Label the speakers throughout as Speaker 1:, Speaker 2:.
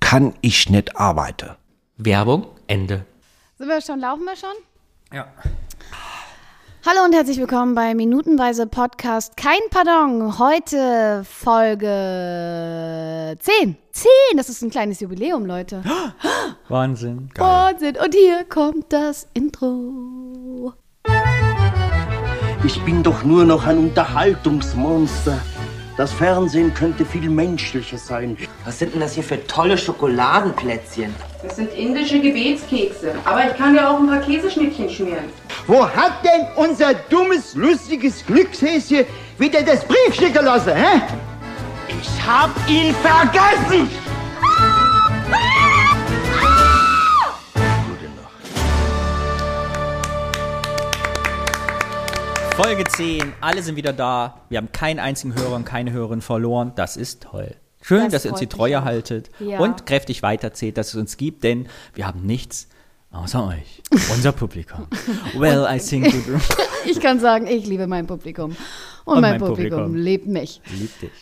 Speaker 1: kann ich nicht arbeiten.
Speaker 2: Werbung, Ende.
Speaker 3: Sind wir schon, laufen wir schon?
Speaker 2: Ja.
Speaker 3: Hallo und herzlich willkommen bei Minutenweise Podcast Kein Pardon. Heute Folge 10. 10, das ist ein kleines Jubiläum, Leute.
Speaker 4: Wahnsinn.
Speaker 3: Wahnsinn. Und hier kommt das Intro.
Speaker 5: Ich bin doch nur noch ein Unterhaltungsmonster. Das Fernsehen könnte viel menschlicher sein.
Speaker 6: Was sind denn das hier für tolle Schokoladenplätzchen?
Speaker 7: Das sind indische Gebetskekse. Aber ich kann dir auch ein paar Käseschnittchen schmieren.
Speaker 8: Wo hat denn unser dummes, lustiges Glückshäschen wieder das Briefchen gelassen, hä? Ich hab ihn vergessen!
Speaker 4: Folge 10, alle sind wieder da. Wir haben keinen einzigen Hörer und keine Hörerin verloren. Das ist toll. Schön,
Speaker 3: Das
Speaker 4: dass ihr uns die
Speaker 3: freut mich auch.
Speaker 4: Treue haltet
Speaker 3: Ja.
Speaker 4: und kräftig weiterzählt, dass es uns gibt, denn wir haben nichts außer euch, unser Publikum. Well, I think you
Speaker 3: Ich kann sagen, ich liebe mein Publikum. Und, mein, Publikum, liebt mich.
Speaker 4: Lieb dich.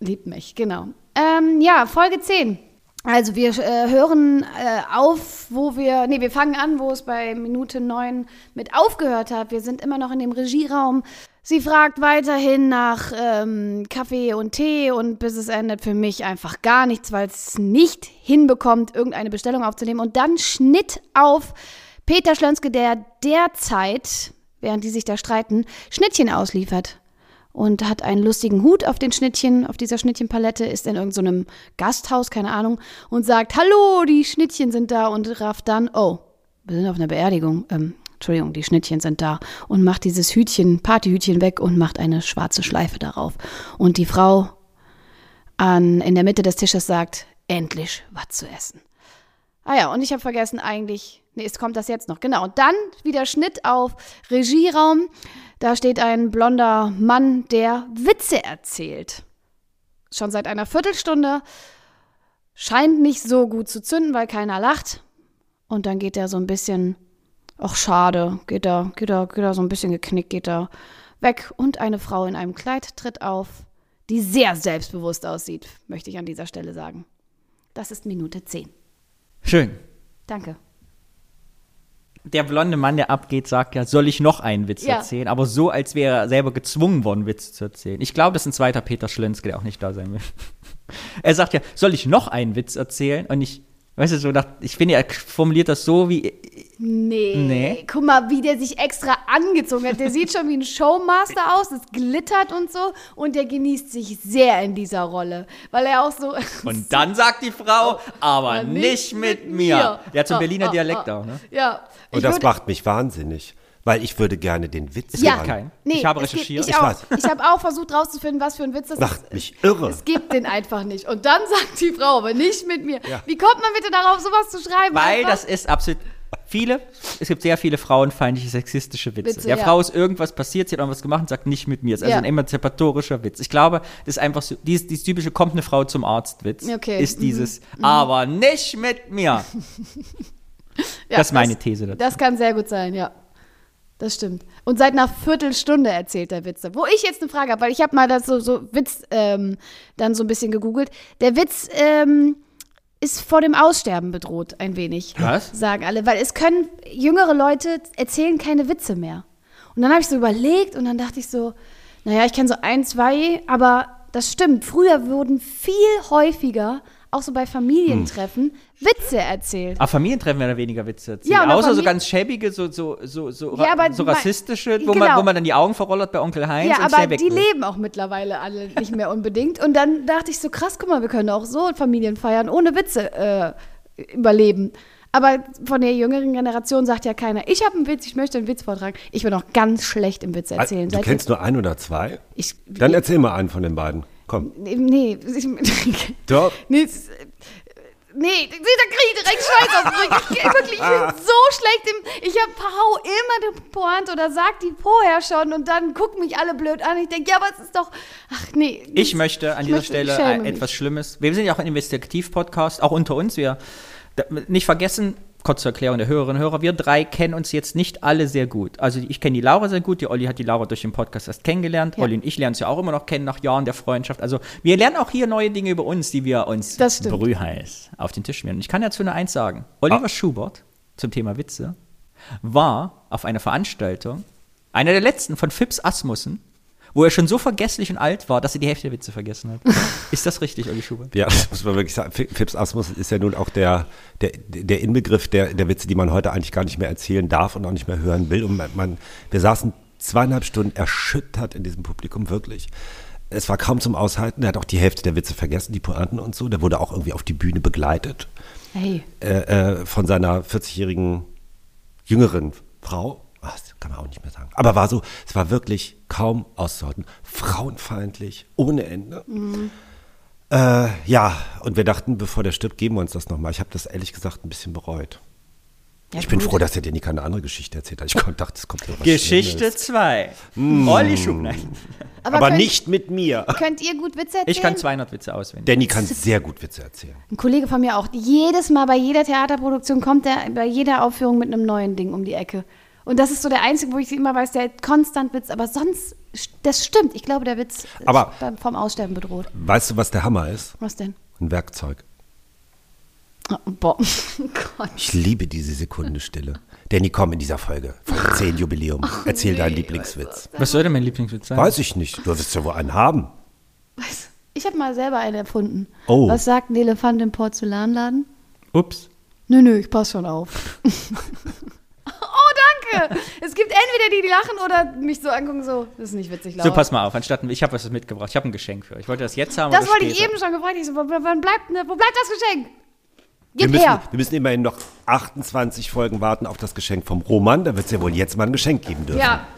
Speaker 3: Liebt mich, genau. Ähm, ja, Folge 10. Also wir äh, hören äh, auf, wo wir, nee, wir fangen an, wo es bei Minute 9 mit aufgehört hat. Wir sind immer noch in dem Regieraum. Sie fragt weiterhin nach ähm, Kaffee und Tee und bis es endet für mich einfach gar nichts, weil es nicht hinbekommt, irgendeine Bestellung aufzunehmen. Und dann Schnitt auf Peter Schlönske, der derzeit, während die sich da streiten, Schnittchen ausliefert und hat einen lustigen Hut auf den Schnittchen, auf dieser Schnittchenpalette, ist in irgendeinem Gasthaus, keine Ahnung, und sagt, hallo, die Schnittchen sind da und rafft dann, oh, wir sind auf einer Beerdigung, ähm, Entschuldigung, die Schnittchen sind da und macht dieses Hütchen, Partyhütchen weg und macht eine schwarze Schleife darauf. Und die Frau an, in der Mitte des Tisches sagt, endlich was zu essen. Ah ja, und ich habe vergessen eigentlich, nee, es kommt das jetzt noch. Genau, und dann wieder Schnitt auf Regieraum. Da steht ein blonder Mann, der Witze erzählt. Schon seit einer Viertelstunde. Scheint nicht so gut zu zünden, weil keiner lacht. Und dann geht er so ein bisschen, ach schade, geht er, geht er, geht er so ein bisschen geknickt, geht er weg. Und eine Frau in einem Kleid tritt auf, die sehr selbstbewusst aussieht, möchte ich an dieser Stelle sagen. Das ist Minute 10.
Speaker 4: Schön.
Speaker 3: Danke.
Speaker 4: Der blonde Mann, der abgeht, sagt ja, soll ich noch einen Witz
Speaker 3: Ja.
Speaker 4: erzählen? Aber so, als wäre er selber gezwungen worden, Witz zu erzählen. Ich glaube, das ist ein zweiter Peter Schlönske, der auch nicht da sein will. Er sagt ja, soll ich noch einen Witz erzählen? Und ich, weißt du, so nach, ich finde, er formuliert das so wie,
Speaker 3: Nee.
Speaker 4: Nee.
Speaker 3: Guck mal, wie der sich extra angezogen hat. Der sieht schon wie ein Showmaster aus, es glittert und so. Und der genießt sich sehr in dieser Rolle. Weil er auch so.
Speaker 4: und dann sagt die Frau, aber nicht mit mir. Der
Speaker 3: Oh,
Speaker 4: hat so einen Berliner Dialekt auch, ne?
Speaker 3: Ja.
Speaker 1: Und
Speaker 3: Ich
Speaker 1: das
Speaker 3: würd-
Speaker 1: macht mich wahnsinnig, weil ich würde gerne den Witz
Speaker 3: ja.
Speaker 1: hören.
Speaker 4: keinen.
Speaker 3: Nee,
Speaker 4: Ich habe
Speaker 3: es gibt-
Speaker 4: recherchiert.
Speaker 3: Ich,
Speaker 1: Ich
Speaker 3: auch.
Speaker 1: weiß.
Speaker 3: ich habe auch versucht rauszufinden, was für ein Witz das
Speaker 1: Macht
Speaker 3: ist.
Speaker 1: mich irre.
Speaker 3: Es gibt den einfach nicht. Und dann sagt die Frau, aber nicht mit mir. Wie kommt man bitte darauf, sowas zu schreiben?
Speaker 4: Weil
Speaker 3: Einfach-
Speaker 4: das ist absolut. Viele, es gibt sehr viele frauenfeindliche, sexistische Witze.
Speaker 3: Witze,
Speaker 4: Der
Speaker 3: ja.
Speaker 4: Frau ist irgendwas passiert, sie hat irgendwas gemacht und sagt nicht mit mir. Ist also
Speaker 3: Ja.
Speaker 4: ein emanzipatorischer Witz. Ich glaube, das ist einfach so, dieses, dieses typische kommt eine Frau zum Arzt-Witz.
Speaker 3: Okay, mhm,
Speaker 4: Ist dieses, aber nicht mit mir.
Speaker 3: Ja,
Speaker 4: das ist meine These dazu.
Speaker 3: Das kann sehr gut sein, ja. Das stimmt. Und seit einer Viertelstunde erzählt er Witze. Wo ich jetzt eine Frage habe, weil ich habe mal das so, so Witz ähm, dann so ein bisschen gegoogelt. Der Witz ähm, ist vor dem Aussterben bedroht, ein wenig.
Speaker 4: Was?
Speaker 3: Sagen alle, weil es können jüngere Leute erzählen keine Witze mehr. Und dann habe ich so überlegt und dann dachte ich so, naja, ich kenne so ein, zwei, aber das stimmt. Früher wurden viel häufiger, auch so bei Familientreffen, Witze erzählt.
Speaker 4: Aber Familientreffen werden weniger Witze erzählt.
Speaker 3: Ja, und
Speaker 4: Außer so
Speaker 3: Familien-
Speaker 4: ganz schäbige, so, so, so, so,
Speaker 3: Ja, aber
Speaker 4: so
Speaker 3: mein-
Speaker 4: rassistische, wo, man,
Speaker 3: Genau.
Speaker 4: wo man dann die Augen verrollert bei Onkel Heinz
Speaker 3: Ja,
Speaker 4: und schnell
Speaker 3: aber
Speaker 4: weg
Speaker 3: die
Speaker 4: will.
Speaker 3: leben auch mittlerweile alle nicht mehr unbedingt. Und dann dachte ich so, krass, guck mal, wir können auch so Familienfeiern ohne Witze äh, überleben. Aber von der jüngeren Generation sagt ja keiner, ich habe einen Witz, ich möchte einen Witz vortragen. Ich bin auch ganz schlecht im Witz
Speaker 1: Also,
Speaker 3: erzählen.
Speaker 1: Du
Speaker 3: Seid ihr-
Speaker 1: kennst nur ein oder zwei?
Speaker 3: ich,
Speaker 1: Dann erzähl mal einen von den beiden. Komm.
Speaker 3: Nee, nee, ich,
Speaker 1: Doch.
Speaker 3: nee es- Nee, sieh, da krieg ich direkt Schweiß aus. dem Rücken. Ich, wirklich, ich
Speaker 4: Ah.
Speaker 3: bin so schlecht im. Ich hab, hau immer den Point oder sag die vorher schon und dann gucken mich alle blöd an. Ich denke, ja, aber es ist doch. Ach nee.
Speaker 4: Ich möchte an
Speaker 3: Ich
Speaker 4: dieser
Speaker 3: möchte- ich
Speaker 4: Stelle
Speaker 3: schäme
Speaker 4: äh,
Speaker 3: mich.
Speaker 4: etwas Schlimmes. Wir sind ja auch ein Investigativ-Podcast, auch unter uns. Wir da, nicht vergessen, kurz zur Erklärung der Hörerinnen und Hörer, wir drei kennen uns jetzt nicht alle sehr gut. Also ich kenne die Laura sehr gut, die Olli hat die Laura durch den Podcast erst kennengelernt.
Speaker 3: Ja.
Speaker 4: Olli und ich lernen es ja auch immer noch kennen nach Jahren der Freundschaft. Also wir lernen auch hier neue Dinge über uns, die wir uns
Speaker 3: Das stimmt. Ah.
Speaker 4: brühheiß auf den Tisch schmieren. Und ich kann dazu nur eins sagen. Oliver Schubert zum Thema Witze war auf einer Veranstaltung, einer der letzten von Phipps Asmussen, wo er schon so vergesslich und alt war, dass er die Hälfte der Witze vergessen hat. Ist das richtig, Olli Schubert?
Speaker 1: Ja, das muss man wirklich sagen. Fi- Fips Asmus ist ja nun auch der, der, der Inbegriff der, der Witze, die man heute eigentlich gar nicht mehr erzählen darf und auch nicht mehr hören will. Und man, man, wir saßen zweieinhalb Stunden erschüttert in diesem Publikum, wirklich. Es war kaum zum Aushalten. Er hat auch die Hälfte der Witze vergessen, die Pointen und so. Der wurde auch irgendwie auf die Bühne begleitet
Speaker 3: Hey.
Speaker 1: äh, äh, von seiner 40-jährigen jüngeren Frau. Ah, Das kann man auch nicht mehr sagen. Aber war so, es war wirklich kaum auszuhalten. Frauenfeindlich, ohne Ende. Äh, ja, und wir dachten, bevor der stirbt, geben wir uns das nochmal. Ich habe das ehrlich gesagt ein bisschen bereut. ich bin froh, dass er dir nicht keine andere Geschichte erzählt hat. Ich kon- dachte, es kommt noch was
Speaker 4: Geschichte
Speaker 1: Schlimmes.
Speaker 4: 2. Olli Schubert. Nein.
Speaker 3: Aber,
Speaker 1: Aber
Speaker 3: könnt,
Speaker 1: nicht mit mir.
Speaker 3: Könnt ihr gut Witze erzählen?
Speaker 4: Ich kann 200 Witze auswendig.
Speaker 1: Danny kann sehr gut Witze erzählen.
Speaker 3: Ein Kollege von mir auch. Jedes Mal bei jeder Theaterproduktion kommt er bei jeder Aufführung mit einem neuen Ding um die Ecke. Und das ist so der einzige, wo ich immer weiß, der hat konstant Witz. Aber sonst, das stimmt. Ich glaube, der Witz
Speaker 1: Aber-
Speaker 3: ist dann vom Aussterben bedroht.
Speaker 1: Weißt du, was der Hammer ist?
Speaker 3: Was denn?
Speaker 1: Ein Werkzeug.
Speaker 3: Oh, boah. Gott.
Speaker 1: Ich liebe diese Sekunde Stille. Danny, komm in dieser Folge. Folge 10 Jubiläum. Erzähl deinen Lieblingswitz.
Speaker 4: Was soll denn mein Lieblingswitz sein?
Speaker 1: Weiß ich nicht. Du wirst ja wohl einen haben.
Speaker 3: Was? Ich habe mal selber einen erfunden.
Speaker 1: Oh.
Speaker 3: Was sagt ein Elefant im Porzellanladen?
Speaker 4: Ups.
Speaker 3: Nö, nö, ich passe schon auf. oh, danke. Es gibt entweder die, die lachen oder mich so angucken, so, das ist nicht witzig, Laura.
Speaker 4: So, pass mal auf. Anstatt, ich habe was mitgebracht. Ich habe ein Geschenk für euch. Ich wollte das jetzt haben.
Speaker 3: Das
Speaker 4: oder
Speaker 3: wollte ich
Speaker 4: später.
Speaker 3: eben schon gefragt. Ich so, wo, wo- wann bleibt, ne, wo bleibt das Geschenk?
Speaker 1: Wir
Speaker 3: Gib
Speaker 1: müssen,
Speaker 3: her.
Speaker 1: wir müssen immerhin noch 28 Folgen warten auf das Geschenk vom Roman. Da wird es ja wohl jetzt mal ein Geschenk geben dürfen.
Speaker 3: Ja.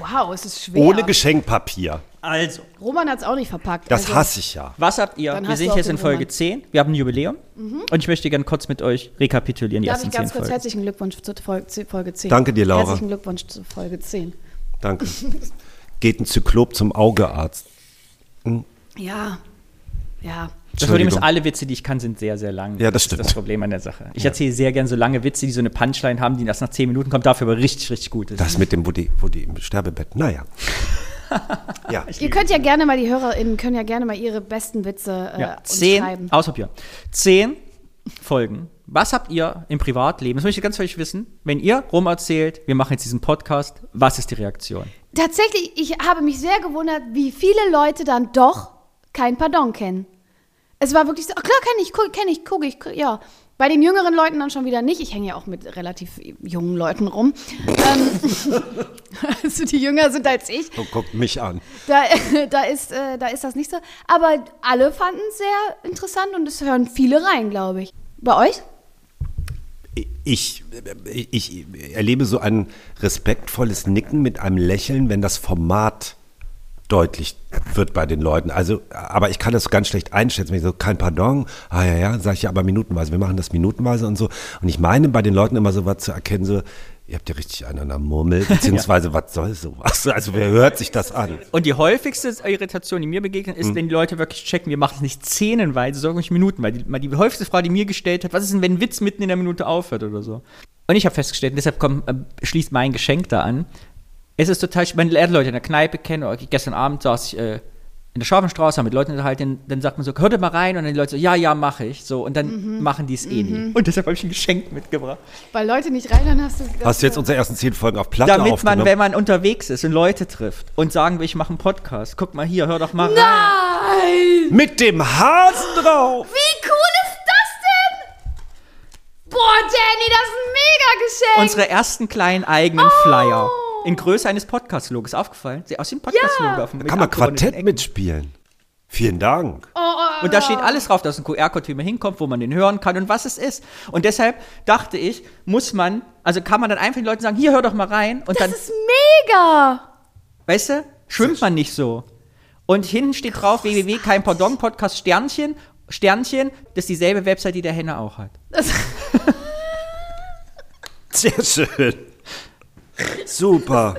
Speaker 3: Wow, es ist schwer.
Speaker 1: Ohne Geschenkpapier.
Speaker 4: Also,
Speaker 3: Roman hat es auch nicht verpackt.
Speaker 1: Das
Speaker 3: also,
Speaker 1: hasse ich ja.
Speaker 4: Was habt ihr?
Speaker 3: Dann
Speaker 4: wir
Speaker 3: hast du
Speaker 4: sind
Speaker 3: auch
Speaker 4: jetzt
Speaker 3: den
Speaker 4: in Folge
Speaker 3: Roman.
Speaker 4: 10. Wir haben ein Jubiläum. Und ich möchte gerne kurz mit euch rekapitulieren. Die
Speaker 3: Mhm. Darf ich
Speaker 4: ersten
Speaker 3: ganz
Speaker 4: 10
Speaker 3: kurz
Speaker 4: Folgen.
Speaker 3: herzlichen Glückwunsch zu Folge, zu Folge 10.
Speaker 1: Danke dir, Laura.
Speaker 3: Herzlichen Glückwunsch zu Folge 10.
Speaker 1: Danke. Geht ein Zyklop zum Augearzt.
Speaker 3: Ja. Ja.
Speaker 4: Das Problem ist,
Speaker 1: Entschuldigung.
Speaker 4: alle Witze, die ich kann, sind sehr, sehr lang.
Speaker 1: Ja, das
Speaker 4: ist
Speaker 1: stimmt.
Speaker 4: Das Problem an der Sache. Ich erzähle sehr gerne so lange Witze, die so eine Punchline haben, die erst nach 10 Minuten kommt, dafür aber richtig, richtig gut ist.
Speaker 1: Das mit dem Buddy, Buddy im Sterbebett. Naja. Ja.
Speaker 3: Ihr könnt ja gerne mal, die HörerInnen können ja gerne mal ihre besten Witze äh,
Speaker 4: ja.
Speaker 3: uns schreiben.
Speaker 4: Zehn, außer Björn. Zehn Folgen. Was habt ihr im Privatleben? Das möchte ich ganz ehrlich wissen. Wenn ihr rum erzählt, wir machen jetzt diesen Podcast, was ist die Reaktion?
Speaker 3: Tatsächlich, ich habe mich sehr gewundert, wie viele Leute dann doch kein Pardon kennen. Es war wirklich so, ach klar, kenne ich, gu- kenne ich, gucke ich, gu- ja. Bei den jüngeren Leuten dann schon wieder nicht. Ich hänge ja auch mit relativ jungen Leuten rum. ähm, also die jünger sind als ich.
Speaker 1: Oh, guckt mich an.
Speaker 3: Da, da, ist, äh, da ist das nicht so. Aber alle fanden es sehr interessant und es hören viele rein, glaube ich. Bei euch?
Speaker 1: ich, ich erlebe so ein respektvolles Nicken mit einem Lächeln, wenn das Format deutlich wird bei den Leuten. Also, aber ich kann das so ganz schlecht einschätzen. Wenn ich so, kein Pardon, ah ja, ja, sage ich ja, aber minutenweise. Wir machen das minutenweise und so. Und ich meine bei den Leuten immer so was zu erkennen, so, ihr habt ja richtig einen an der Murmel, beziehungsweise was soll sowas? Also wer hört sich das an?
Speaker 4: Und die häufigste Irritation, die mir begegnet, ist, wenn die Leute wirklich checken, wir machen es nicht szenenweise, sondern nicht minutenweise. Die, die häufigste Frage, die mir gestellt hat, was ist denn, wenn ein Witz mitten in der Minute aufhört oder so? Und ich habe festgestellt, und deshalb kommt, äh, schließt mein Geschenk da an. Es ist total, sch- man lernt Leute in der Kneipe kennen. Oder gestern Abend saß ich äh, in der Scharfenstraße, habe mit Leuten unterhalten, dann sagt man so, hört ihr mal rein und dann die Leute so, ja, ja, mache ich. So, und dann machen die es eh nie. Und deshalb habe ich ein Geschenk mitgebracht.
Speaker 3: Bei Leute nicht rein, dann hast du.
Speaker 1: Hast du jetzt unsere ersten zehn Folgen auf Platte
Speaker 4: Damit
Speaker 1: aufgenommen?
Speaker 4: man, wenn man unterwegs ist und Leute trifft und sagen will, ich mache einen Podcast, guck mal hier, hör doch mal rein.
Speaker 3: Nein!
Speaker 1: mit dem Hasen drauf!
Speaker 3: Wie cool ist das denn? Boah, Danny, das ist ein mega Geschenk.
Speaker 4: unsere ersten kleinen eigenen Flyer.
Speaker 3: Oh.
Speaker 4: In Größe eines Podcast-Logos. Aufgefallen? Sie aus dem Podcast-Logo. auf dem- mit
Speaker 1: Kann man
Speaker 4: abgerundeten
Speaker 1: Quartett mitspielen. Vielen Dank.
Speaker 4: Ecken. Und da steht alles drauf. Da ist ein QR-Code, wie man hinkommt, wo man den hören kann und was es ist. Und deshalb dachte ich, muss man, also kann man dann einfach den Leuten sagen, hier, hör doch mal rein. Und
Speaker 3: das
Speaker 4: dann,
Speaker 3: ist mega.
Speaker 4: weißt du, schwimmt man nicht so. Und hinten steht drauf www, kein Pardon, Podcast Sternchen. Sternchen, das ist dieselbe Website, die der Henne auch hat.
Speaker 1: Sehr schön. Super.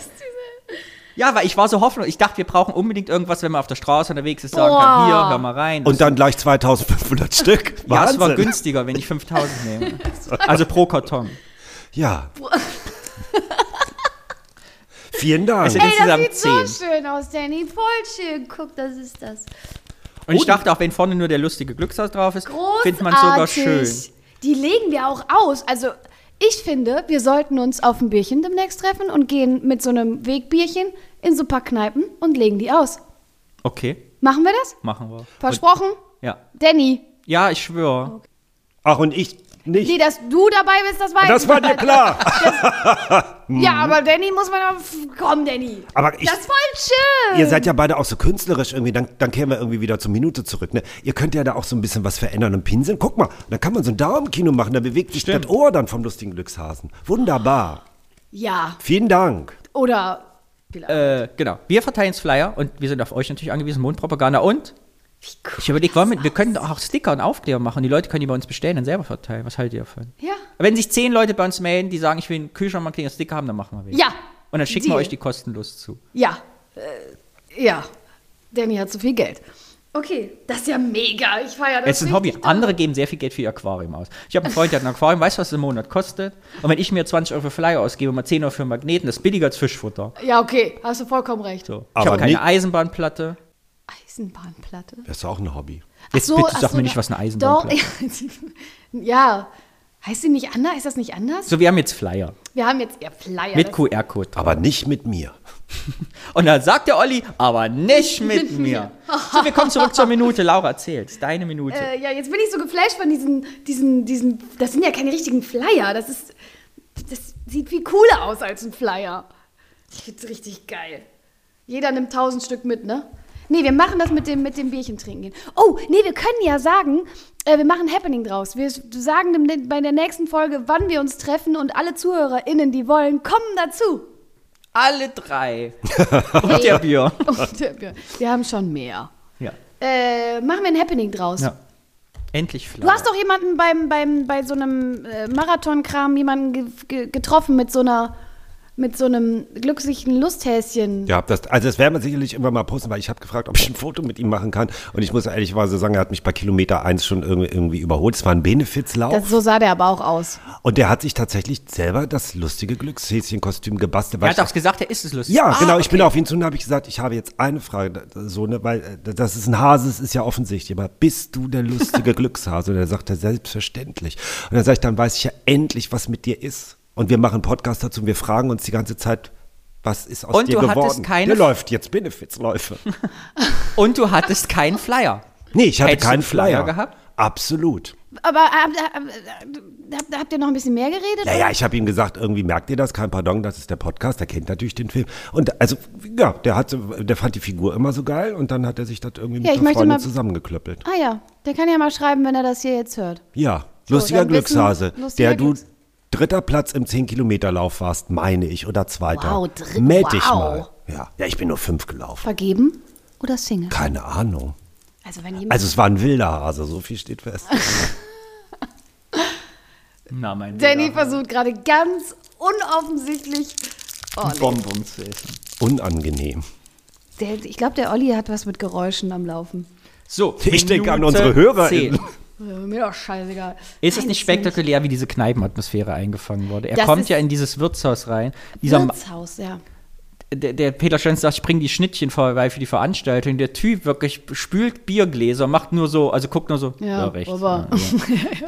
Speaker 4: Ja, weil ich war so hoffnungslos. Ich dachte, wir brauchen unbedingt irgendwas, wenn man auf der Straße unterwegs ist, sagen
Speaker 3: Boah.
Speaker 4: kann, hier, hör mal rein.
Speaker 1: Und dann gleich 2500 Stück.
Speaker 4: ja, es war
Speaker 1: Wahnsinn.
Speaker 4: günstiger, wenn ich 5000 nehme. Also pro Karton.
Speaker 1: Ja. Vielen Dank.
Speaker 4: Es sind
Speaker 3: Das
Speaker 4: insgesamt
Speaker 3: sieht so
Speaker 4: 10.
Speaker 3: schön aus, Danny. Voll schön. Guck, das ist das.
Speaker 4: Und ich dachte auch, wenn vorne nur der lustige Glückshaus drauf ist,
Speaker 3: Großartig.
Speaker 4: findet man es sogar schön.
Speaker 3: Die legen wir auch aus. Also ich finde, wir sollten uns auf ein Bierchen demnächst treffen und gehen mit so einem Wegbierchen in so ein paar Kneipen und legen die aus.
Speaker 4: Okay,
Speaker 3: Machen wir das?
Speaker 4: machen wir.
Speaker 3: Versprochen?
Speaker 4: Ja.
Speaker 3: Danny.
Speaker 4: Ja, ich schwöre.
Speaker 1: Ach, und ich nicht.
Speaker 3: Nee, dass du dabei bist, das weiß
Speaker 1: das
Speaker 3: ich.
Speaker 1: war dir klar. Mhm.
Speaker 3: Ja, aber Danny muss man auf. Komm, Danny.
Speaker 1: Aber ich,
Speaker 3: das ist voll schön.
Speaker 1: ihr seid ja beide auch so künstlerisch irgendwie. Dann, dann kämen wir irgendwie wieder zur Minute zurück. Ne? Ihr könnt ja da auch so ein bisschen was verändern und pinseln. Guck mal, dann kann man so ein Daumenkino machen. Da bewegt sich das Ohr dann vom lustigen Glückshasen. Wunderbar.
Speaker 3: ja,
Speaker 1: Vielen Dank.
Speaker 3: oder. vielleicht.
Speaker 4: Äh, genau. Wir verteilen es Flyer und wir sind auf euch natürlich angewiesen, Mondpropaganda und. Ich überlege, wollen wir, wir können doch auch Sticker und Aufkleber machen. Die Leute können die bei uns bestellen und selber verteilen. Was haltet ihr davon?
Speaker 3: Ja.
Speaker 4: Wenn sich zehn Leute bei uns melden, die sagen, ich will einen Kühlschrank, einen Sticker haben, dann machen wir welche.
Speaker 3: Ja.
Speaker 4: Und dann schicken
Speaker 3: Deal.
Speaker 4: wir euch die kostenlos zu.
Speaker 3: Ja. Äh, ja. Danny hat so viel Geld. Okay, das ist ja mega. Ich feiere das.
Speaker 4: Es ist ein Hobby.
Speaker 3: richtig doll.
Speaker 4: Andere geben sehr viel Geld für ihr Aquarium aus. Ich habe einen Freund, der hat ein Aquarium, weiß, was es im Monat kostet. Und wenn ich mir 20 Euro für Flyer ausgebe und mal 10 Euro für Magneten, das ist billiger als Fischfutter.
Speaker 3: Ja, okay, hast du vollkommen recht.
Speaker 4: So. Ich
Speaker 1: Aber
Speaker 4: habe keine
Speaker 1: nicht-
Speaker 4: Eisenbahnplatte.
Speaker 3: Eisenbahnplatte.
Speaker 1: Das ist auch ein Hobby.
Speaker 4: Jetzt
Speaker 3: Ach so,
Speaker 4: bitte
Speaker 3: ach
Speaker 4: sag
Speaker 3: so,
Speaker 4: mir nicht,
Speaker 3: da-
Speaker 4: was eine Eisenbahnplatte ist.
Speaker 3: Doch, ja. Heißt sie nicht anders? Ist das nicht anders?
Speaker 4: So, wir haben jetzt Flyer
Speaker 3: Wir haben jetzt ja Flyer.
Speaker 4: mit
Speaker 3: das-
Speaker 4: QR-Code. drauf.
Speaker 1: Aber nicht mit mir.
Speaker 4: Und dann sagt der Olli, aber nicht mit mir. So, wir kommen zurück zur Minute. Laura, erzähl. Es ist deine Minute.
Speaker 3: Äh, ja, jetzt bin ich so geflasht von diesen, diesen, diesen. Das sind ja keine richtigen Flyer. Das ist. Das sieht viel cooler aus als ein Flyer. Ich find's richtig geil. Jeder nimmt tausend Stück mit, ne? Nee, wir machen das mit dem, mit dem Bierchen trinken gehen. Oh, nee, wir können ja sagen, äh, wir machen ein Happening draus. Wir sagen dem, bei der nächsten Folge, wann wir uns treffen und alle ZuhörerInnen, die wollen, kommen dazu.
Speaker 4: Alle drei. Und der Bier.
Speaker 3: Und, äh, wir haben schon mehr.
Speaker 4: Ja.
Speaker 3: Äh, machen wir ein Happening draus.
Speaker 4: ja. Endlich Flyer.
Speaker 3: Du hast doch jemanden beim, beim, bei so einem äh, Marathonkram jemanden ge ge getroffen mit so einer mit so einem glücklichen Lusthäschen.
Speaker 1: Ja, das, also das werden wir sicherlich irgendwann mal posten, weil ich habe gefragt, ob ich ein Foto mit ihm machen kann. Und ich muss ehrlichweise sagen, er hat mich bei Kilometer 1 schon irgendwie, irgendwie überholt. Es war ein Benefizlauf.
Speaker 3: Das, so sah der aber auch aus.
Speaker 1: und der hat sich tatsächlich selber das lustige Glückshäschenkostüm gebastelt.
Speaker 4: er
Speaker 1: weil
Speaker 4: hat auch gesagt, er ist es lustig.
Speaker 1: ja,
Speaker 4: Ah,
Speaker 1: genau. Ich bin auf ihn zu und habe ich gesagt, ich habe jetzt eine Frage, so ne, weil äh, das ist ein Hase, es ist ja offensichtlich. Aber bist du der lustige Glückshase? Und er sagt, er selbstverständlich. Und dann sage ich, dann weiß ich ja endlich, was mit dir ist. Und wir machen einen Podcast dazu. Und wir fragen uns die ganze Zeit, was ist aus
Speaker 4: Und
Speaker 1: dir
Speaker 4: du hattest
Speaker 1: geworden?
Speaker 4: keine-
Speaker 1: Der läuft jetzt Benefizläufe.
Speaker 4: Und du hattest keinen Flyer.
Speaker 1: Nee, ich hatte
Speaker 4: Hättest du
Speaker 1: keinen
Speaker 4: einen Flyer
Speaker 1: Flyer.
Speaker 4: gehabt?
Speaker 1: Absolut.
Speaker 3: Aber habt, habt, habt ihr noch ein bisschen mehr geredet?
Speaker 1: Naja, ich habe ihm gesagt, irgendwie merkt ihr das, kein Pardon, das ist der Podcast, der kennt natürlich den Film. Und also, ja, der, hat, so- der fand die Figur immer so geil und dann hat er sich das irgendwie mit
Speaker 3: Ja, ich
Speaker 1: einer
Speaker 3: möchte
Speaker 1: Freundin
Speaker 3: mal-
Speaker 1: zusammengeklöppelt.
Speaker 3: ah ja, der kann ja mal schreiben, wenn er das hier jetzt hört.
Speaker 1: Ja, lustiger
Speaker 3: dann wissen-
Speaker 1: Glückshase,
Speaker 3: lustiger
Speaker 1: der du
Speaker 3: Glücks-
Speaker 1: dritter Platz im 10-Kilometer-Lauf warst, meine ich, oder zweiter.
Speaker 3: Wow, dr-
Speaker 1: Meld dich
Speaker 3: wow.
Speaker 1: mal. Ja. ja, ich bin nur fünf gelaufen.
Speaker 3: Vergeben oder Single?
Speaker 1: Keine Ahnung.
Speaker 3: Also wenn jemand
Speaker 1: Also es war ein wilder Hase, so viel steht fest.
Speaker 4: Na, mein
Speaker 3: Danny versucht gerade ganz unoffensichtlich. Oh, nee.
Speaker 4: Bonbons zu essen.
Speaker 1: Unangenehm.
Speaker 3: der, ich glaube, der Olli hat was mit Geräuschen am Laufen.
Speaker 4: So,
Speaker 1: Ich denke an
Speaker 4: Minute
Speaker 1: unsere HörerInnen.
Speaker 4: 10.
Speaker 3: Äh, Mir doch scheißegal.
Speaker 4: Ist es
Speaker 3: Nein,
Speaker 4: nicht
Speaker 3: ist nicht.
Speaker 4: spektakulär, wie diese Kneipenatmosphäre eingefangen wurde? Er
Speaker 3: Das
Speaker 4: kommt
Speaker 3: ist-
Speaker 4: ja in dieses Wirtshaus rein. Dieser, Ma-
Speaker 3: Wirtshaus, ja.
Speaker 4: der, der Peter Schönz sagt, ich bringe die Schnittchen vorbei für die Veranstaltung. Der Typ wirklich spült Biergläser, macht nur so, also guckt nur so.
Speaker 3: Ja,
Speaker 4: rechts, ne,
Speaker 3: aber-
Speaker 4: ja, ja.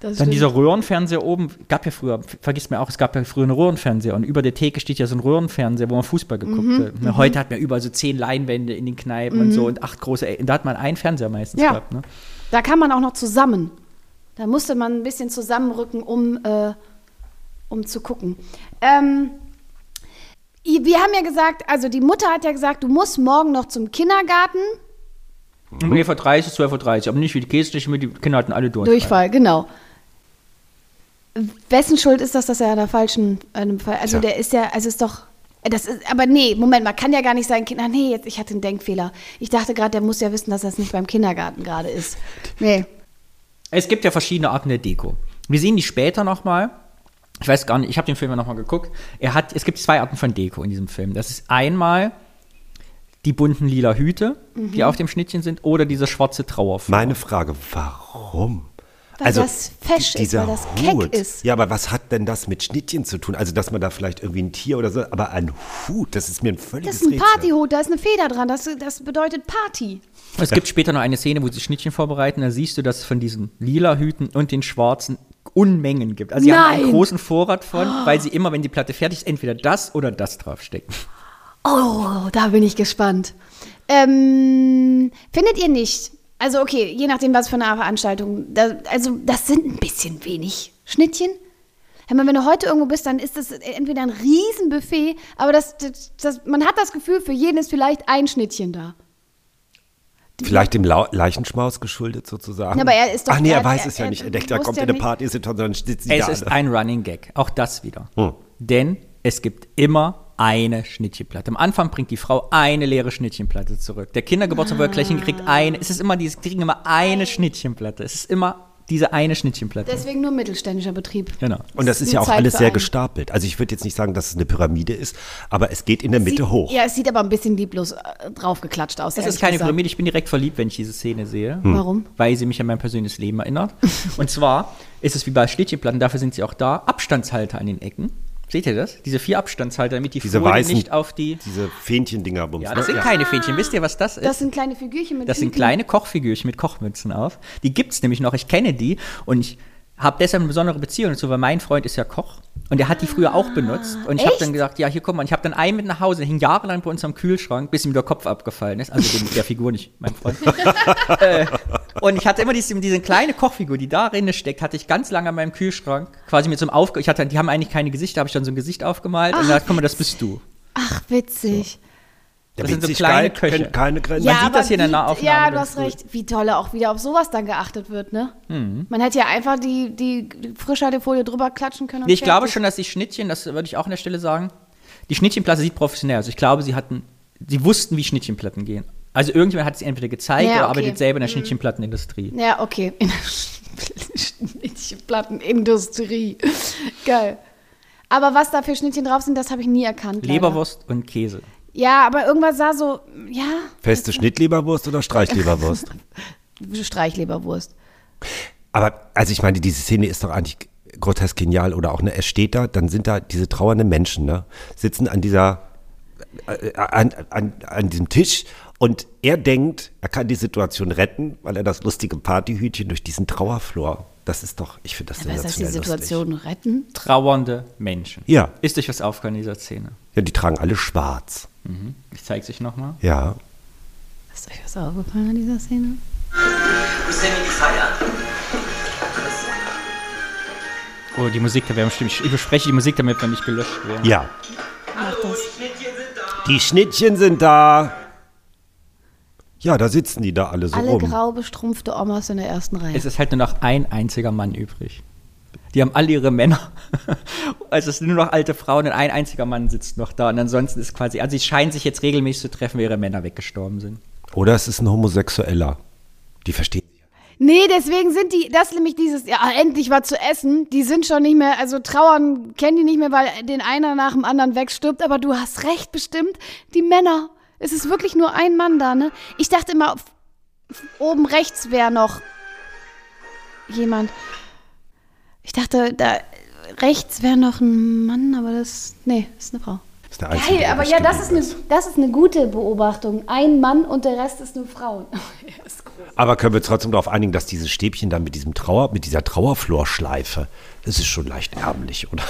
Speaker 3: Das
Speaker 4: Dann
Speaker 3: stimmt.
Speaker 4: dieser Röhrenfernseher oben, gab ja früher, vergiss mir auch, es gab ja früher einen Röhrenfernseher und über der Theke steht ja so ein Röhrenfernseher, wo man Fußball geguckt
Speaker 3: Mhm,
Speaker 4: hat. Ne, Heute hat man überall so zehn Leinwände in den Kneipen und so und acht große, Ecken. da hat man einen Fernseher meistens
Speaker 3: Ja.
Speaker 4: gehabt. Ne?
Speaker 3: da kann man auch noch zusammen. Da musste man ein bisschen zusammenrücken, um, äh, um zu gucken. Ähm, i- wir haben ja gesagt, also die Mutter hat ja gesagt, du musst morgen noch zum Kindergarten.
Speaker 4: Um 11.30 Uhr, 12.30 Uhr, aber nicht wie die Käse, die Kinder hatten alle Durchfall.
Speaker 3: Durchfall, genau. Wessen Schuld ist das, dass er an der falschen, an dem Fall, also
Speaker 1: Tja.
Speaker 3: der ist ja, also ist doch Äh, Das ist, aber nee, Moment mal, kann ja gar nicht sein, Kinder. Nee, jetzt, ich hatte einen Denkfehler. Ich dachte gerade, der muss ja wissen, dass das nicht beim Kindergarten gerade ist. Nee.
Speaker 4: Es gibt ja verschiedene Arten der Deko. Wir sehen die später nochmal. Ich weiß gar nicht, ich habe den Film ja nochmal geguckt. Er hat, es gibt zwei Arten von Deko in diesem Film. Das ist einmal die bunten lila Hüte, die auf dem Schnittchen sind, oder diese schwarze Trauerflor.
Speaker 1: Meine Frage, warum? Also,
Speaker 3: Weil das fesch ist,
Speaker 1: dieser
Speaker 3: weil das keck
Speaker 1: Hut.
Speaker 3: ist.
Speaker 1: Ja, aber was hat denn das mit Schnittchen zu tun? Also, dass man da vielleicht irgendwie ein Tier oder so, aber ein Hut, das ist mir ein
Speaker 3: Das
Speaker 1: völliges
Speaker 3: ist ein
Speaker 1: Rätsel.
Speaker 3: Partyhut, da ist eine Feder dran. Das, das bedeutet Party.
Speaker 4: Es gibt später noch eine Szene, wo sie Schnittchen vorbereiten. Da siehst du, dass es von diesen lila Hüten und den schwarzen Unmengen gibt. Also sie haben einen
Speaker 3: Nein.
Speaker 4: großen Vorrat von, weil sie immer, wenn die Platte fertig ist, entweder das oder das draufstecken.
Speaker 3: Oh, da bin ich gespannt. Ähm, findet ihr nicht? Also, okay, je nachdem, was für eine Veranstaltung. Da, also, das sind ein bisschen wenig Schnittchen. Hör mal, wenn du heute irgendwo bist, dann ist das entweder ein Riesenbuffet, aber das, das, das, man hat das Gefühl, für jeden ist vielleicht ein Schnittchen da.
Speaker 1: Vielleicht dem Lau Leichenschmaus geschuldet sozusagen.
Speaker 3: Ja, aber er ist doch-
Speaker 1: Ach nee, er,
Speaker 3: er-
Speaker 1: weiß
Speaker 3: er-
Speaker 1: es ja
Speaker 3: er
Speaker 1: nicht. Er denkt, da
Speaker 3: wusste
Speaker 1: kommt
Speaker 3: ja
Speaker 1: ja eine
Speaker 3: nicht-
Speaker 1: Partysituation, dann sitzen die
Speaker 4: Es
Speaker 1: da
Speaker 4: ist
Speaker 1: alle.
Speaker 4: ein Running Gag. Auch das wieder.
Speaker 1: Hm.
Speaker 4: Denn es gibt immer eine Schnittchenplatte. Am Anfang bringt die Frau eine leere Schnittchenplatte zurück. Der Kindergeburtstag, wo er gleich kriegt eine. Es ist immer dieses, kriegen immer eine Schnittchenplatte. Es ist immer diese eine Schnittchenplatte.
Speaker 3: Deswegen nur mittelständischer Betrieb.
Speaker 4: genau.
Speaker 1: Und das ist
Speaker 3: eine
Speaker 1: ja auch
Speaker 3: Zeit
Speaker 1: alles
Speaker 3: für
Speaker 1: sehr
Speaker 3: einen.
Speaker 1: gestapelt. Also, ich würde jetzt nicht sagen, dass es eine Pyramide ist, aber es geht in der Mitte
Speaker 3: Sieht-
Speaker 1: hoch.
Speaker 3: Ja, es sieht aber ein bisschen lieblos äh, draufgeklatscht aus.
Speaker 4: Es
Speaker 3: ehrlich
Speaker 4: ist keine
Speaker 3: gesagt.
Speaker 4: Pyramide, ich bin direkt verliebt, wenn ich diese Szene sehe.
Speaker 1: Hm.
Speaker 3: Warum?
Speaker 4: Weil sie mich an mein persönliches Leben erinnert. Und zwar ist es wie bei Schnittchenplatten, dafür sind sie auch da, Abstandshalter an den Ecken. Seht ihr das? Diese vier Abstandshalter, damit die
Speaker 1: Diese
Speaker 4: Folie
Speaker 1: weißen-
Speaker 4: nicht auf die...
Speaker 1: Diese Fähnchendinger bums.
Speaker 4: Ja,
Speaker 1: ne?
Speaker 4: das sind keine Fähnchen. Wisst ihr, was das ist?
Speaker 3: Das sind kleine Figürchen mit
Speaker 4: Das sind
Speaker 3: Hüten.
Speaker 4: kleine Kochfigürchen mit Kochmützen auf. Die gibt's nämlich noch. Ich kenne die und ich habe deshalb eine besondere Beziehung dazu, weil mein Freund ist ja Koch und der hat die früher auch benutzt. Und ich habe
Speaker 3: echt?
Speaker 4: dann gesagt, ja, hier guck mal. Und ich habe dann einen mit nach Hause, der hing jahrelang bei uns am Kühlschrank, bis ihm der Kopf abgefallen ist. Also dem, der Figur nicht, mein Freund. äh, und ich hatte immer diese, diese kleine Kochfigur, die da drin steckt, hatte ich ganz lange an meinem Kühlschrank quasi mir zum Aufge... Ich hatte, die haben eigentlich keine Gesichter, habe ich dann so ein Gesicht aufgemalt und gesagt, guck mal, das bist du.
Speaker 3: Ach, witzig.
Speaker 1: Der
Speaker 4: das sind so kleine
Speaker 1: Witzigkeit
Speaker 4: Köche.
Speaker 1: kennt keine Grenzen.
Speaker 4: sieht
Speaker 3: aber
Speaker 4: das hier in der
Speaker 3: wie-
Speaker 4: Nahaufnahme
Speaker 3: Ja, du
Speaker 4: ganz
Speaker 3: hast
Speaker 4: gut.
Speaker 3: recht. Wie toll auch wieder auf sowas dann geachtet wird, ne?
Speaker 4: Mhm.
Speaker 3: Man hätte ja einfach die, die Frischhaltefolie drüber klatschen können. und
Speaker 4: Nee, ich glaube
Speaker 3: fertig.
Speaker 4: schon, dass die Schnittchen, das würde ich auch an der Stelle sagen, die Schnittchenplatte sieht professionell aus. Ich glaube, sie hatten, sie wussten, wie Schnittchenplatten gehen. Also irgendjemand hat es entweder gezeigt
Speaker 3: Ja,
Speaker 4: oder
Speaker 3: okay. Mhm.
Speaker 4: arbeitet selber in der Schnittchenplattenindustrie.
Speaker 3: Ja, okay. In der Schnittchenplattenindustrie. Geil. Aber was da für Schnittchen drauf sind, das habe ich nie erkannt. leider.
Speaker 4: Leberwurst und Käse.
Speaker 3: Ja, aber irgendwas sah so, ja,
Speaker 1: Feste Schnittleberwurst oder Streichleberwurst?
Speaker 3: Streichleberwurst.
Speaker 1: Aber, also ich meine, diese Szene ist doch eigentlich grotesk genial oder auch, ne? Er steht da, dann sind da diese trauernden Menschen, ne? Sitzen an dieser, äh, an, an, an diesem Tisch und er denkt, er kann die Situation retten, weil er das lustige Partyhütchen durch diesen Trauerflor, das ist doch, ich finde das
Speaker 3: Aber ist das die
Speaker 1: sensationell lustig.
Speaker 3: Situation retten?
Speaker 4: Trauernde Menschen.
Speaker 1: Ja.
Speaker 4: Ist euch was aufgefallen in dieser Szene?
Speaker 1: Ja, die tragen alle schwarz.
Speaker 4: Ich zeig's euch nochmal.
Speaker 1: Ja.
Speaker 3: Ist euch was aufgefallen an dieser Szene?
Speaker 6: Bis denn in die Feier.
Speaker 4: Oh, die Musik, da wäre bestimmt. Ich bespreche die Musik, damit wir nicht gelöscht werden.
Speaker 1: Ja.
Speaker 3: Macht das.
Speaker 1: Die Schnittchen sind da. Ja, da sitzen die da alle so
Speaker 3: Alle
Speaker 1: rum.
Speaker 3: grau bestrumpfte Omas in der ersten Reihe.
Speaker 4: Es ist halt nur noch ein einziger Mann übrig. Die haben alle ihre Männer. Also es sind nur noch alte Frauen und ein einziger Mann sitzt noch da. Und ansonsten ist quasi, also sie scheinen sich jetzt regelmäßig zu treffen, weil ihre Männer weggestorben sind.
Speaker 1: Oder es ist ein Homosexueller. Die verstehen sich.
Speaker 3: Nee, deswegen sind die, das ist nämlich dieses, ja, endlich war zu essen. Die sind schon nicht mehr, also trauern kennen die nicht mehr, weil den einer nach dem anderen wegstirbt. Aber du hast recht, bestimmt. Die Männer. Es ist wirklich nur ein Mann da, ne? Ich dachte immer, auf- oben rechts wäre noch jemand. Ich dachte, da rechts wäre noch ein Mann, aber das, nee, ist eine Frau.
Speaker 1: Das ist der Einzige,
Speaker 3: Geil,
Speaker 1: der
Speaker 3: aber ja, das ist,
Speaker 1: bestimmt
Speaker 3: eine, das ist eine gute Beobachtung. Ein Mann und der Rest ist nur Frauen.
Speaker 1: Aber können wir uns trotzdem darauf einigen, dass dieses Stäbchen dann mit diesem Trauer, mit dieser Trauerflorschleife, das ist schon leicht ärmlich, oder?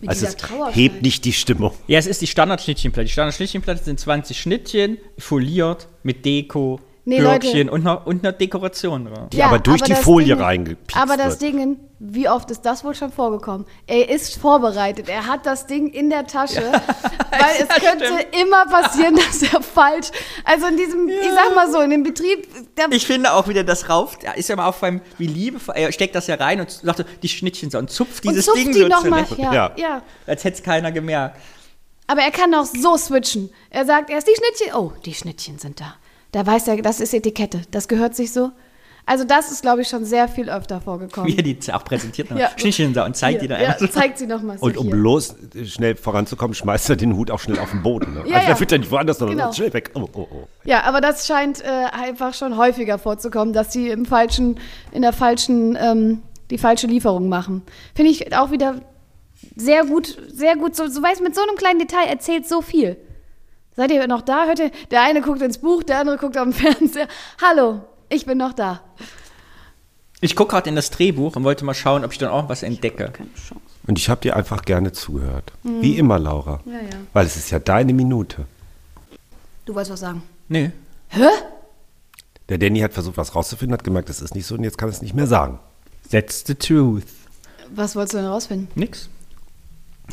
Speaker 3: Mit
Speaker 1: Also es
Speaker 3: dieser Trauerschleife.
Speaker 1: hebt nicht die Stimmung.
Speaker 4: Ja, es ist die Standardschnittchenplatte. Die Standardschnittchenplatte sind 20 Schnittchen, foliert, mit Deko,
Speaker 3: Nee,
Speaker 4: Glöckchen
Speaker 3: Leute.
Speaker 4: und einer, und einer Dekoration drauf.
Speaker 1: die aber durch die
Speaker 3: das
Speaker 1: Folie
Speaker 3: Ding-
Speaker 1: reingepikst
Speaker 3: Aber das
Speaker 1: wird.
Speaker 3: Ding, wie oft ist das wohl schon vorgekommen? Er ist vorbereitet, er hat das Ding in der Tasche, weil es könnte immer passieren, dass er falsch, also in diesem, ich sag mal so, in dem Betrieb, da,
Speaker 4: Ich finde auch wieder das rauf, da ist ja mal aufgefallen, wie liebevoll, er steckt das ja rein und sagt so, die Schnittchen so und zupft
Speaker 3: und
Speaker 4: dieses
Speaker 3: zupft
Speaker 4: Ding
Speaker 3: die
Speaker 4: so
Speaker 3: nochmal,
Speaker 4: zurecht.
Speaker 3: ja,
Speaker 1: Ja.
Speaker 3: ja.
Speaker 4: Als hätte es keiner gemerkt.
Speaker 3: Aber er kann auch so switchen. Er sagt erst die Schnittchen. Oh, die Schnittchen sind da. Da weiß er, das ist Etikette. Das gehört sich so. Also das ist, glaube ich, schon sehr viel öfter vorgekommen.
Speaker 4: Wie er die auch präsentiert
Speaker 3: Ja.
Speaker 4: hat. Schnittchen da und zeigt die da
Speaker 3: ja,
Speaker 4: einfach. so.
Speaker 3: zeigt sie nochmal.
Speaker 1: Und um bloß schnell voranzukommen, schmeißt er den Hut auch schnell auf den Boden. Ne?
Speaker 3: Ja,
Speaker 1: also
Speaker 3: ja.
Speaker 1: der wird ja nicht woanders, sondern
Speaker 3: Genau.
Speaker 1: schnell weg. Oh, oh, oh.
Speaker 3: Ja, aber das scheint äh, einfach schon häufiger vorzukommen, dass sie im falschen, in der falschen, ähm, die falsche Lieferung machen. Finde ich auch wieder sehr gut, sehr gut. So, so weißt mit so einem kleinen Detail erzählt so viel. Seid ihr noch da? Hört ihr? Der eine guckt ins Buch, der andere guckt auf den Fernseher. Hallo, ich bin noch da.
Speaker 4: Ich gucke gerade in das Drehbuch und wollte mal schauen, ob ich dann auch was entdecke.
Speaker 3: Keine Chance.
Speaker 1: Und ich habe dir einfach gerne zugehört. Wie immer, Laura.
Speaker 3: Mhm. Ja, ja.
Speaker 1: Weil es ist ja deine Minute.
Speaker 3: Du wolltest was sagen.
Speaker 4: Nee.
Speaker 1: Der Danny hat versucht, was rauszufinden, hat gemerkt, das ist nicht so und jetzt kann er es nicht mehr sagen.
Speaker 4: That's the truth.
Speaker 3: Was wolltest du denn rausfinden?
Speaker 4: Nix.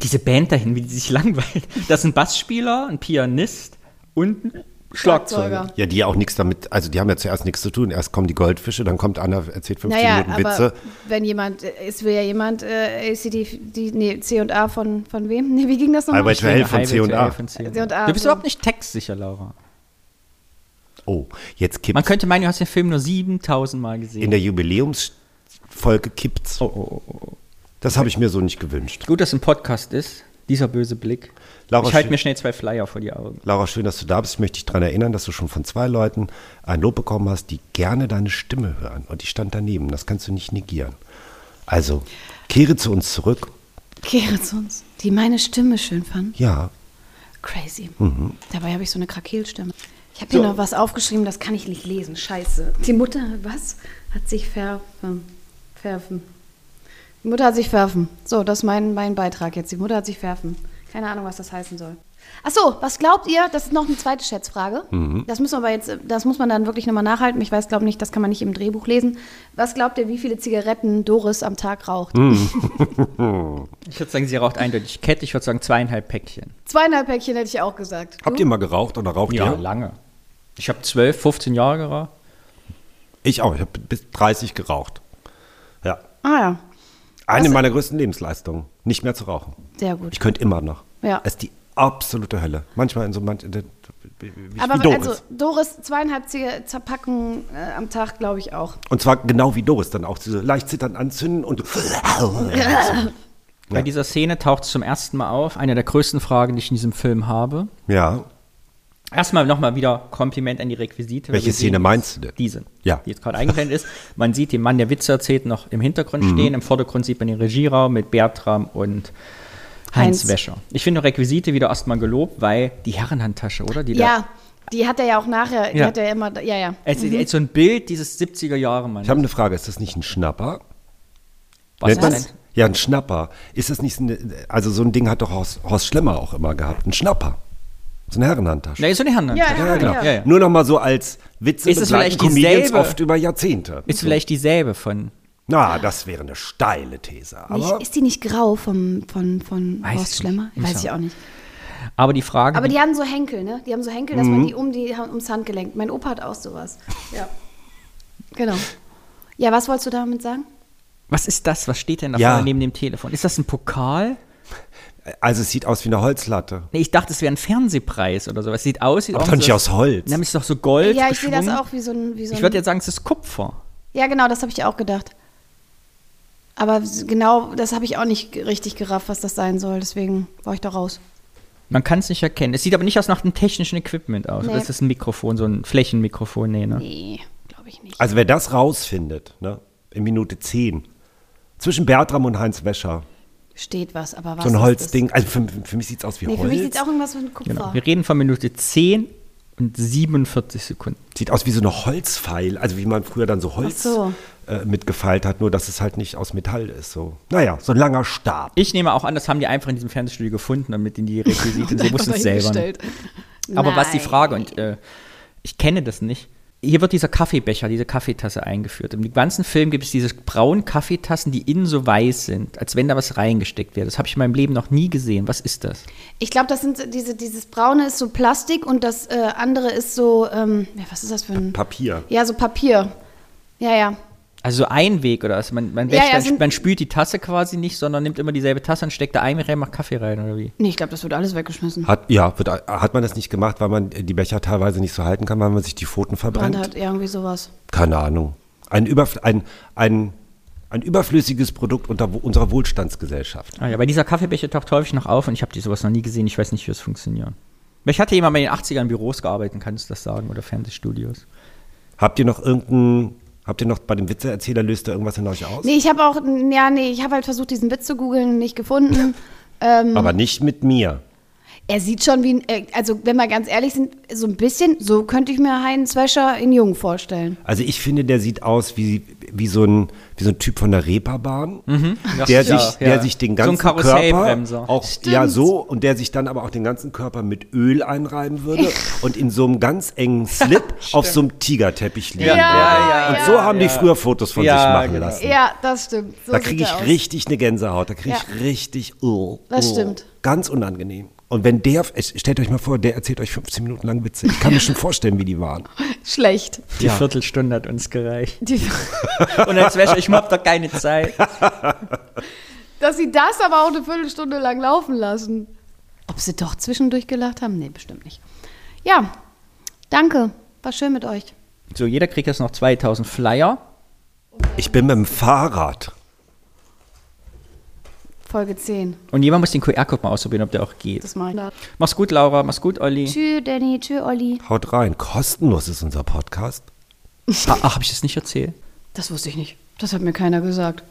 Speaker 4: Diese Band dahin, wie die sich langweilt. Das sind Bassspieler, ein Pianist und ein Schlagzeuger.
Speaker 1: Ja, die ja auch nichts damit, also die haben ja zuerst nichts zu tun. Erst kommen die Goldfische, dann kommt einer, erzählt 15
Speaker 3: Naja,
Speaker 1: Minuten
Speaker 3: aber
Speaker 1: Witze.
Speaker 3: wenn jemand, es will ja jemand, äh, ACD, die, nee, C&A von, von wem? Nee, wie ging das nochmal?
Speaker 1: Albert Hell von C&A.
Speaker 3: C&A,
Speaker 4: Du bist
Speaker 3: so.
Speaker 4: überhaupt nicht textsicher, Laura.
Speaker 1: Oh, jetzt
Speaker 4: Man
Speaker 1: kippt
Speaker 4: könnte meinen, du hast den Film nur 7000 Mal gesehen.
Speaker 1: in der Jubiläumsfolge kippt's.
Speaker 4: oh, oh, oh, oh.
Speaker 1: Das habe ich mir so nicht gewünscht.
Speaker 4: Gut, dass es ein Podcast ist. Dieser böse Blick.
Speaker 1: Laura,
Speaker 4: ich halte
Speaker 1: schön-
Speaker 4: mir schnell zwei Flyer vor die Augen.
Speaker 1: Laura, schön, dass du da bist. Ich möchte dich daran erinnern, dass du schon von zwei Leuten ein Lob bekommen hast, die gerne deine Stimme hören. Und ich stand daneben. Das kannst du nicht negieren. Also, kehre zu uns zurück.
Speaker 3: Kehre zu uns, die meine Stimme schön fanden.
Speaker 1: Ja, Mhm.
Speaker 3: Crazy. Dabei habe ich so eine Krakeelstimme. Ich habe hier noch was aufgeschrieben, das kann ich nicht lesen. Scheiße. Die Mutter, was? Hat sich ver... ver- verfen. Die Mutter hat sich verfen. So, das ist mein, mein Beitrag jetzt. Die Mutter hat sich verfen. Keine Ahnung, was das heißen soll. Ach so, was glaubt ihr? Das ist noch eine zweite Schätzfrage.
Speaker 1: Mhm.
Speaker 3: Das müssen wir aber jetzt, das muss man dann wirklich nochmal nachhalten. Ich weiß, glaube nicht, das kann man nicht im Drehbuch lesen. Was glaubt ihr, wie viele Zigaretten Doris am Tag raucht?
Speaker 1: Mhm.
Speaker 4: Ich würde sagen, sie raucht eindeutig Kette. Ich würde sagen, zweieinhalb Päckchen.
Speaker 3: Zweieinhalb Päckchen hätte ich auch gesagt.
Speaker 1: habt ihr mal geraucht oder raucht ihr?
Speaker 4: lange. Ich habe 12, 15 Jahre geraucht.
Speaker 1: Ich auch. Ich habe bis 30 geraucht. Ja.
Speaker 3: Ah ja,
Speaker 1: Eine
Speaker 3: Was-
Speaker 1: meiner größten Lebensleistungen. Nicht mehr zu rauchen.
Speaker 3: sehr gut.
Speaker 1: Ich könnte immer noch.
Speaker 3: Ja.
Speaker 1: Es ist die absolute Hölle. Manchmal in so manch, in der- wie wie
Speaker 3: Aber
Speaker 1: Doris.
Speaker 3: also Doris zweieinhalb Zier- Zerpackungen äh, am Tag, glaube ich auch.
Speaker 1: Und zwar genau wie Doris dann auch. So leicht zitternd anzünden und.
Speaker 4: Bei dieser Szene taucht es zum ersten Mal auf. Eine der größten Fragen, die ich in diesem Film habe.
Speaker 1: Ja.
Speaker 4: Erstmal nochmal wieder Kompliment an die Requisite. weil
Speaker 1: Welche
Speaker 4: wir sehen
Speaker 1: Szene
Speaker 4: jetzt
Speaker 1: meinst du denn?
Speaker 4: Diese,
Speaker 1: Ja.
Speaker 4: die jetzt gerade eingeblendet ist. Man sieht den Mann, der Witze erzählt, noch im Hintergrund
Speaker 1: Mhm.
Speaker 4: stehen. Im Vordergrund sieht man den Regieraum mit Bertram und Heinz,
Speaker 3: Heinz.
Speaker 4: Wäscher. Ich finde Requisite wieder erstmal gelobt, weil die Herrenhandtasche, oder? Die
Speaker 3: Ja, Mhm. die hat er ja auch nachher, die
Speaker 4: Ja.
Speaker 3: hat er ja immer, ja, ja.
Speaker 4: Da, es, es, so ein Bild dieses 70er-Jahre-Mann.
Speaker 1: Ich habe eine Frage. Ist das nicht ein Schnapper?
Speaker 4: Was
Speaker 1: Nennt man's?
Speaker 4: denn?
Speaker 1: Ja, ein Schnapper. Ist das nicht. Eine, also so ein Ding hat doch Horst, Horst Schlemmer auch immer gehabt. Ein Schnapper. So eine Herrenhandtasche.
Speaker 4: Na, ist so eine Herrenhandtasche.
Speaker 3: Ja, ja,
Speaker 1: genau.
Speaker 3: ja.
Speaker 4: Ja, ja.
Speaker 1: Nur noch mal so als Witze
Speaker 4: Ist es
Speaker 1: begleiten
Speaker 4: vielleicht
Speaker 1: Comedians
Speaker 4: dieselbe-
Speaker 1: oft über Jahrzehnte.
Speaker 4: Ist vielleicht dieselbe von
Speaker 1: Na, das wäre eine steile These. Aber
Speaker 3: Nicht, ist die nicht grau vom, von, von
Speaker 4: Weiß
Speaker 3: Horst
Speaker 4: ich
Speaker 3: Schlemmer?
Speaker 4: nicht.
Speaker 3: Weiß ich auch nicht.
Speaker 4: Aber die Frage,
Speaker 3: Aber die haben so Henkel, ne? Die haben so Henkel, dass man die, um die ums Handgelenk. Mein Opa hat auch sowas. Ja. genau. Ja, was wolltest du damit sagen?
Speaker 4: was ist das? Was steht denn da
Speaker 1: Ja.
Speaker 4: vorne neben dem Telefon? Ist das ein Pokal?
Speaker 1: Also es sieht aus wie eine Holzlatte.
Speaker 4: Nee, ich dachte, es wäre ein Fernsehpreis oder sowas. Sieht aus wie
Speaker 1: Aber doch nicht aus Holz.
Speaker 4: Nämlich doch so Gold.
Speaker 3: ja, ich sehe das
Speaker 4: geschwungen.
Speaker 3: auch wie so ein. Wie so
Speaker 4: Ich
Speaker 3: ein
Speaker 4: würde jetzt sagen, es ist Kupfer.
Speaker 3: ja, genau, das habe ich auch gedacht. Aber genau, das habe ich auch nicht richtig gerafft, was das sein soll. Deswegen war ich da raus.
Speaker 4: Man kann es nicht erkennen. Es sieht aber nicht aus nach einem technischen Equipment aus.
Speaker 3: Nee.
Speaker 4: Das ist ein Mikrofon, so ein Flächenmikrofon. Nee, ne?
Speaker 3: Nee, glaube ich nicht.
Speaker 1: Also wer das rausfindet, ne, in Minute 10, zwischen Bertram und Heinz Wäscher,
Speaker 3: Steht was, aber was
Speaker 1: so ein
Speaker 3: ist
Speaker 1: Holzding. Also für, für mich sieht es aus wie
Speaker 3: Das? Nee, für
Speaker 1: Holz.
Speaker 3: mich sieht es auch irgendwas mit Kupfer.
Speaker 4: Genau. Wir reden von Minute 10 und 47 Sekunden.
Speaker 1: sieht aus wie so eine Holzpfeil, also wie man früher dann so Holz
Speaker 3: Ach so.
Speaker 1: äh, mitgefeilt hat, nur dass es halt nicht aus Metall ist. So. Naja, so ein langer Stab.
Speaker 4: Ich nehme auch an, das haben die einfach in diesem Fernsehstudio gefunden und mit in die Requisiten. Sie mussten es selber. machen.
Speaker 3: Dahingestellt.
Speaker 4: Aber was die
Speaker 3: Nein.
Speaker 4: Frage, und äh, ich kenne das nicht. Hier wird dieser Kaffeebecher, diese Kaffeetasse eingeführt. Im ganzen Film gibt es diese braunen Kaffeetassen, die innen so weiß sind, als wenn da was reingesteckt wäre. Das habe ich in meinem Leben noch nie gesehen. Was ist das?
Speaker 3: Ich glaube, das sind so diese, dieses braune ist so Plastik und das äh, andere ist so, ähm, ja, was ist das für ein.
Speaker 1: Papier.
Speaker 3: Ja, so Papier. Ja, ja.
Speaker 4: Also so ein Weg oder was? Man, man,
Speaker 3: Ja,
Speaker 4: wäscht
Speaker 3: ja,
Speaker 4: dann,
Speaker 3: sind-
Speaker 4: man spült die Tasse quasi nicht, sondern nimmt immer dieselbe Tasse und steckt da Ei rein, macht Kaffee rein oder wie?
Speaker 3: Nee, ich glaube, das wird alles weggeschmissen.
Speaker 1: Hat, ja, wird, äh, hat man das nicht gemacht, weil man die Becher teilweise nicht so halten kann, weil man sich die Pfoten verbrennt?
Speaker 3: Brand hat irgendwie sowas.
Speaker 1: Keine Ahnung. Ein, Überf ein, ein, ein überflüssiges Produkt unter wo- unserer Wohlstandsgesellschaft.
Speaker 4: Ah ja, bei dieser Kaffeebecher taucht häufig noch auf und ich habe die sowas noch nie gesehen. Ich weiß nicht, wie das funktioniert. Aber Ich hatte jemand mal in den 80ern in Büros gearbeitet, kannst du das sagen, oder Fernsehstudios.
Speaker 1: Habt ihr noch irgendein, habt ihr noch bei dem Witzeerzähler löst da irgendwas in euch aus?
Speaker 3: Nee, ich habe auch, ja, nee, ich habe halt versucht, diesen Witz zu googeln, nicht gefunden. Ähm,
Speaker 1: Aber nicht mit mir.
Speaker 3: Er sieht schon wie, ein, äh, also wenn wir ganz ehrlich sind, so ein bisschen, so könnte ich mir Heinz Wäscher in Jung vorstellen.
Speaker 1: Also ich finde, der sieht aus wie, wie, so, ein, wie so ein Typ von der Reeperbahn, der,
Speaker 4: Mhm. Ja,
Speaker 1: sich,
Speaker 4: ja.
Speaker 1: der sich den
Speaker 4: So ein
Speaker 1: ganzen
Speaker 4: Karussellbremser.
Speaker 1: Körper auch, ja so und der sich dann aber auch den ganzen Körper mit Öl einreiben würde und in so einem ganz engen Slip auf so einem Tigerteppich liegen
Speaker 3: Ja,
Speaker 1: würde.
Speaker 3: ja,
Speaker 1: und
Speaker 3: ja.
Speaker 1: so haben die früher Fotos von
Speaker 4: Ja,
Speaker 1: sich machen
Speaker 4: genau.
Speaker 1: lassen.
Speaker 3: Ja, das stimmt. So
Speaker 1: da
Speaker 3: sieht
Speaker 1: kriege
Speaker 3: er
Speaker 1: ich
Speaker 3: aus.
Speaker 1: richtig eine Gänsehaut, da kriege
Speaker 3: Ja.
Speaker 1: ich richtig oh,
Speaker 3: Das
Speaker 1: oh.
Speaker 3: stimmt.
Speaker 1: Ganz unangenehm. Und wenn der, es- stellt euch mal vor, der erzählt euch 15 Minuten lang Witze. Ich kann mir schon vorstellen, wie die waren.
Speaker 3: Schlecht.
Speaker 4: Die Viertelstunde hat uns gereicht.
Speaker 3: Die,
Speaker 4: Und als wäre ich hab doch keine Zeit.
Speaker 3: dass sie das aber auch eine Viertelstunde lang laufen lassen. Ob sie doch zwischendurch gelacht haben? Nee, bestimmt nicht. Ja, danke. War schön mit euch.
Speaker 4: So, jeder kriegt jetzt noch 2000 Flyer.
Speaker 1: Ich bin mit dem Fahrrad.
Speaker 3: Folge 10.
Speaker 4: Und jemand muss den QR-Code mal ausprobieren, ob der auch geht.
Speaker 3: Das mache ich.
Speaker 4: Mach's gut, Laura. Mach's gut, Olli.
Speaker 3: Tschö, Danny. Tschö, Olli.
Speaker 1: Haut rein. Kostenlos ist unser Podcast.
Speaker 4: Ach, Ah, hab ich das nicht erzählt?
Speaker 3: Das wusste ich nicht. Das hat mir keiner gesagt.